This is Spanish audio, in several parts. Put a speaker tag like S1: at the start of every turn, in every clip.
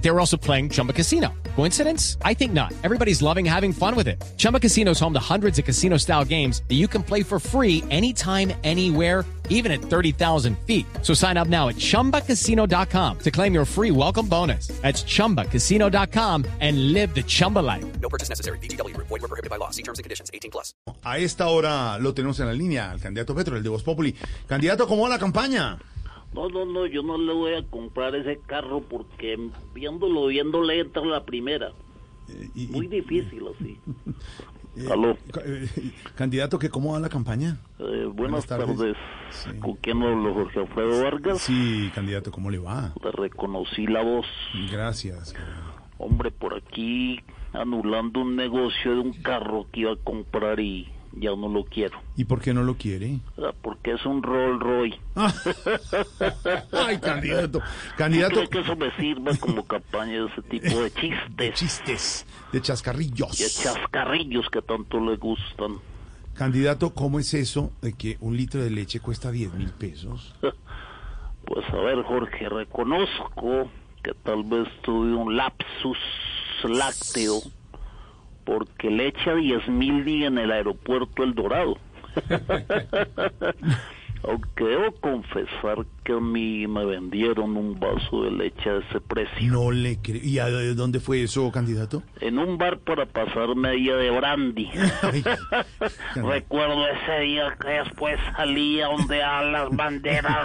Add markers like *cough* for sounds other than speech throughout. S1: They were also playing Chumba Casino. Coincidence? I think not. Everybody's loving having fun with it. Chumba Casino is home to hundreds of casino style games that you can play for free anytime, anywhere even at 30,000 feet. So sign up now at ChumbaCasino.com to claim your free welcome bonus. That's ChumbaCasino.com and live the Chumba life.
S2: No purchase necessary. BGW. Void were prohibited by law. See terms and conditions. 18 plus.
S3: A esta hora lo tenemos en la línea, al candidato Petro, el de Voz Populi. Candidato, ¿cómo va la campaña?
S4: No, no, no, yo no le voy a comprar ese carro porque viéndolo, viéndole entra la primera.
S3: Eh, Y-
S4: Muy difícil
S3: *laughs*
S4: así.
S3: eh,
S4: Aló.
S3: ca- eh, *laughs* candidato, ¿qué, ¿cómo va la campaña?
S4: Eh, buenas,
S3: Buenas tardes.
S4: tardes.
S3: Sí.
S4: ¿Con quién hablo? Jorge Alfredo Vargas.
S3: Sí, candidato, ¿cómo le va?
S4: Te reconocí la voz.
S3: Gracias.
S4: Hombre, por aquí anulando un negocio de un carro que iba a comprar y ya no lo quiero.
S3: ¿Y por qué no lo quiere?
S4: Ah, Porque es un Rolls Royce.
S3: Ay, candidato.
S4: ¿Tú
S3: Candidato,
S4: crees que eso me sirva
S3: *laughs*
S4: como campaña de ese tipo
S3: de
S4: de chistes?
S3: chistes, de
S4: De
S3: chascarrillos.
S4: chascarrillos que tanto le gustan.
S3: Candidato, ¿cómo es eso de que un litro de leche cuesta 10 mil pesos?
S4: Pues a ver, Jorge, reconozco que tal vez tuve un lapsus lácteo porque le echa 10 mil días en el aeropuerto El Dorado. Aunque debo confesar que a mí me vendieron un vaso de leche a ese precio.
S3: No le creo. ¿Y a de dónde fue eso, candidato?
S4: En un bar para pasar media de brandy. *laughs*
S3: Ay,
S4: Recuerdo ese día que después salía donde a las banderas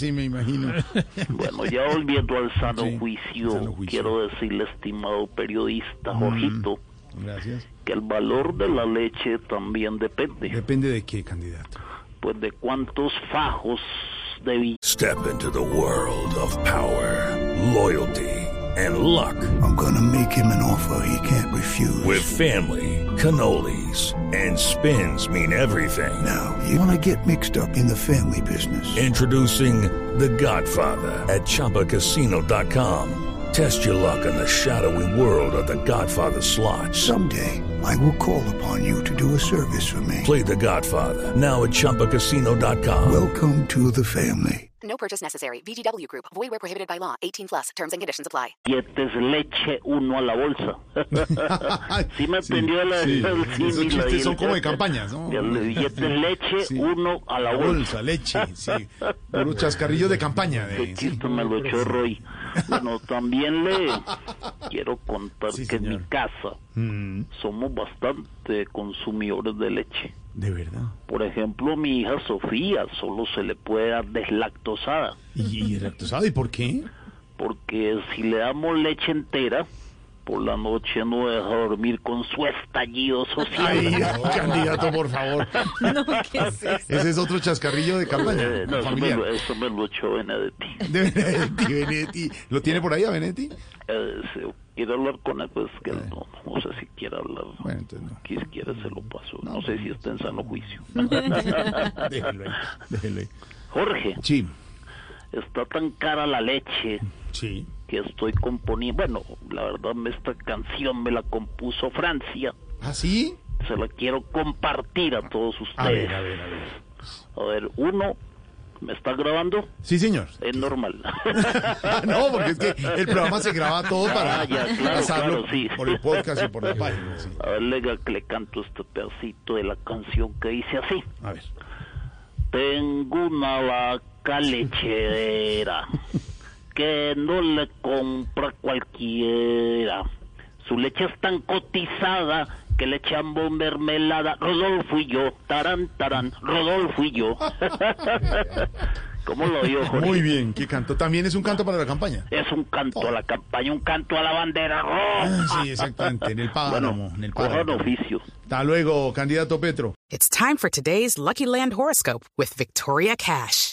S3: *laughs* sí, me imagino. *laughs*
S4: Bueno, ya volviendo al sano,
S3: Sí,
S4: juicio,
S3: sano juicio. Mm.
S4: quiero decirle, estimado periodista Jorgito,
S3: Gracias.
S4: que el valor de la leche también depende,
S3: Depende de qué candidato.
S4: pues de cuántos fajos de billete
S5: Step into the world of power, loyalty, and luck.
S6: I'm gonna make him an offer he can't refuse.
S5: With family, cannolis, and spins mean everything.
S6: now, you wanna get mixed up in the family business.
S5: Introducing The Godfather at ChumbaCasino.com. Test your luck in the shadowy world of The Godfather slot. So
S6: Someday, I will call upon you to do a service for me.
S5: play The Godfather now at ChumbaCasino.com.
S6: Welcome to the family.
S7: No purchase necessary. VGW Group. Void where prohibited by law. 18 plus. Terms and conditions apply.
S4: billetes leche uno a la bolsa. *laughs*
S3: *laughs*
S4: sí me entendió la
S3: sí.
S4: el símil
S3: Esos chistes
S4: ahí.
S3: son como de campañas, ¿no?
S4: De billetes leche
S3: Sí.
S4: uno a la
S3: La
S4: bolsa.
S3: bolsa, leche, sí. Puro chascarrillo de campaña. de-
S4: Qué
S3: sí.
S4: chiste me lo echó Roy. Bueno,
S3: *laughs*
S4: también le quiero contar
S3: Sí,
S4: que en
S3: señor.
S4: mi casa
S3: Mm,
S4: somos bastante consumidores de leche.
S3: de verdad.
S4: Por ejemplo, mi hija Sofía solo se le puede dar deslactosada,
S3: ¿Y, y lactosado? ¿Y por qué?
S4: porque si le damos leche entera, por la noche no deja dormir con su estallido
S3: Ay,
S4: social.
S3: candidato, por favor. Ese es otro chascarrillo de *laughs*
S4: Eh,
S3: campaña.
S4: no, eso me,
S3: familiar.
S4: lo- eso me lo echó Benedetti.
S3: De Benedetti, Benedetti. ¿Lo tiene por ahí a Benedetti?
S4: Eh, si quiere hablar con él, pues que él no, no sé si quiere hablar.
S3: Eh. Bueno, entonces no.
S4: Si quiere se lo paso. No sé si está en sano juicio.
S3: Déjelo ahí. Déjelo ahí.
S4: Jorge,
S3: Sí.
S4: está tan cara la leche
S3: Sí.
S4: que estoy componiendo. Bueno, la verdad, esta canción me la compuso Francia.
S3: ¿Ah, sí?
S4: se la quiero compartir a todos ustedes.
S3: A ver, a ver, a ver.
S4: A ver, uno, ¿me está grabando?
S3: Sí, señor.
S4: Es normal. *laughs*
S3: *laughs* Ah, no, porque es que el programa se graba todo para
S4: Ah, ya, claro,
S3: pasarlo
S4: claro, sí.
S3: por el podcast y por la página. sí.
S4: a ver, le, le canto este pedacito de la canción que dice así.
S3: A ver.
S4: Tengo una vaca lechera que no le compra cualquiera. Su leche es tan cotizada que le echamos mermelada. Rodolfo y yo, tarán, tarán, Rodolfo y yo. ¿Cómo lo oyó, Jorge?
S3: Muy bien, qué canto. También es un canto para la campaña.
S4: Es un canto a la campaña, un canto a la bandera roja.
S3: Sí, exactamente, en el páramo, en el
S4: Cojan
S3: páramo.
S4: oficio.
S3: Hasta luego, candidato Petro.
S8: It's time for today's Lucky Land horoscope with Victoria Cash.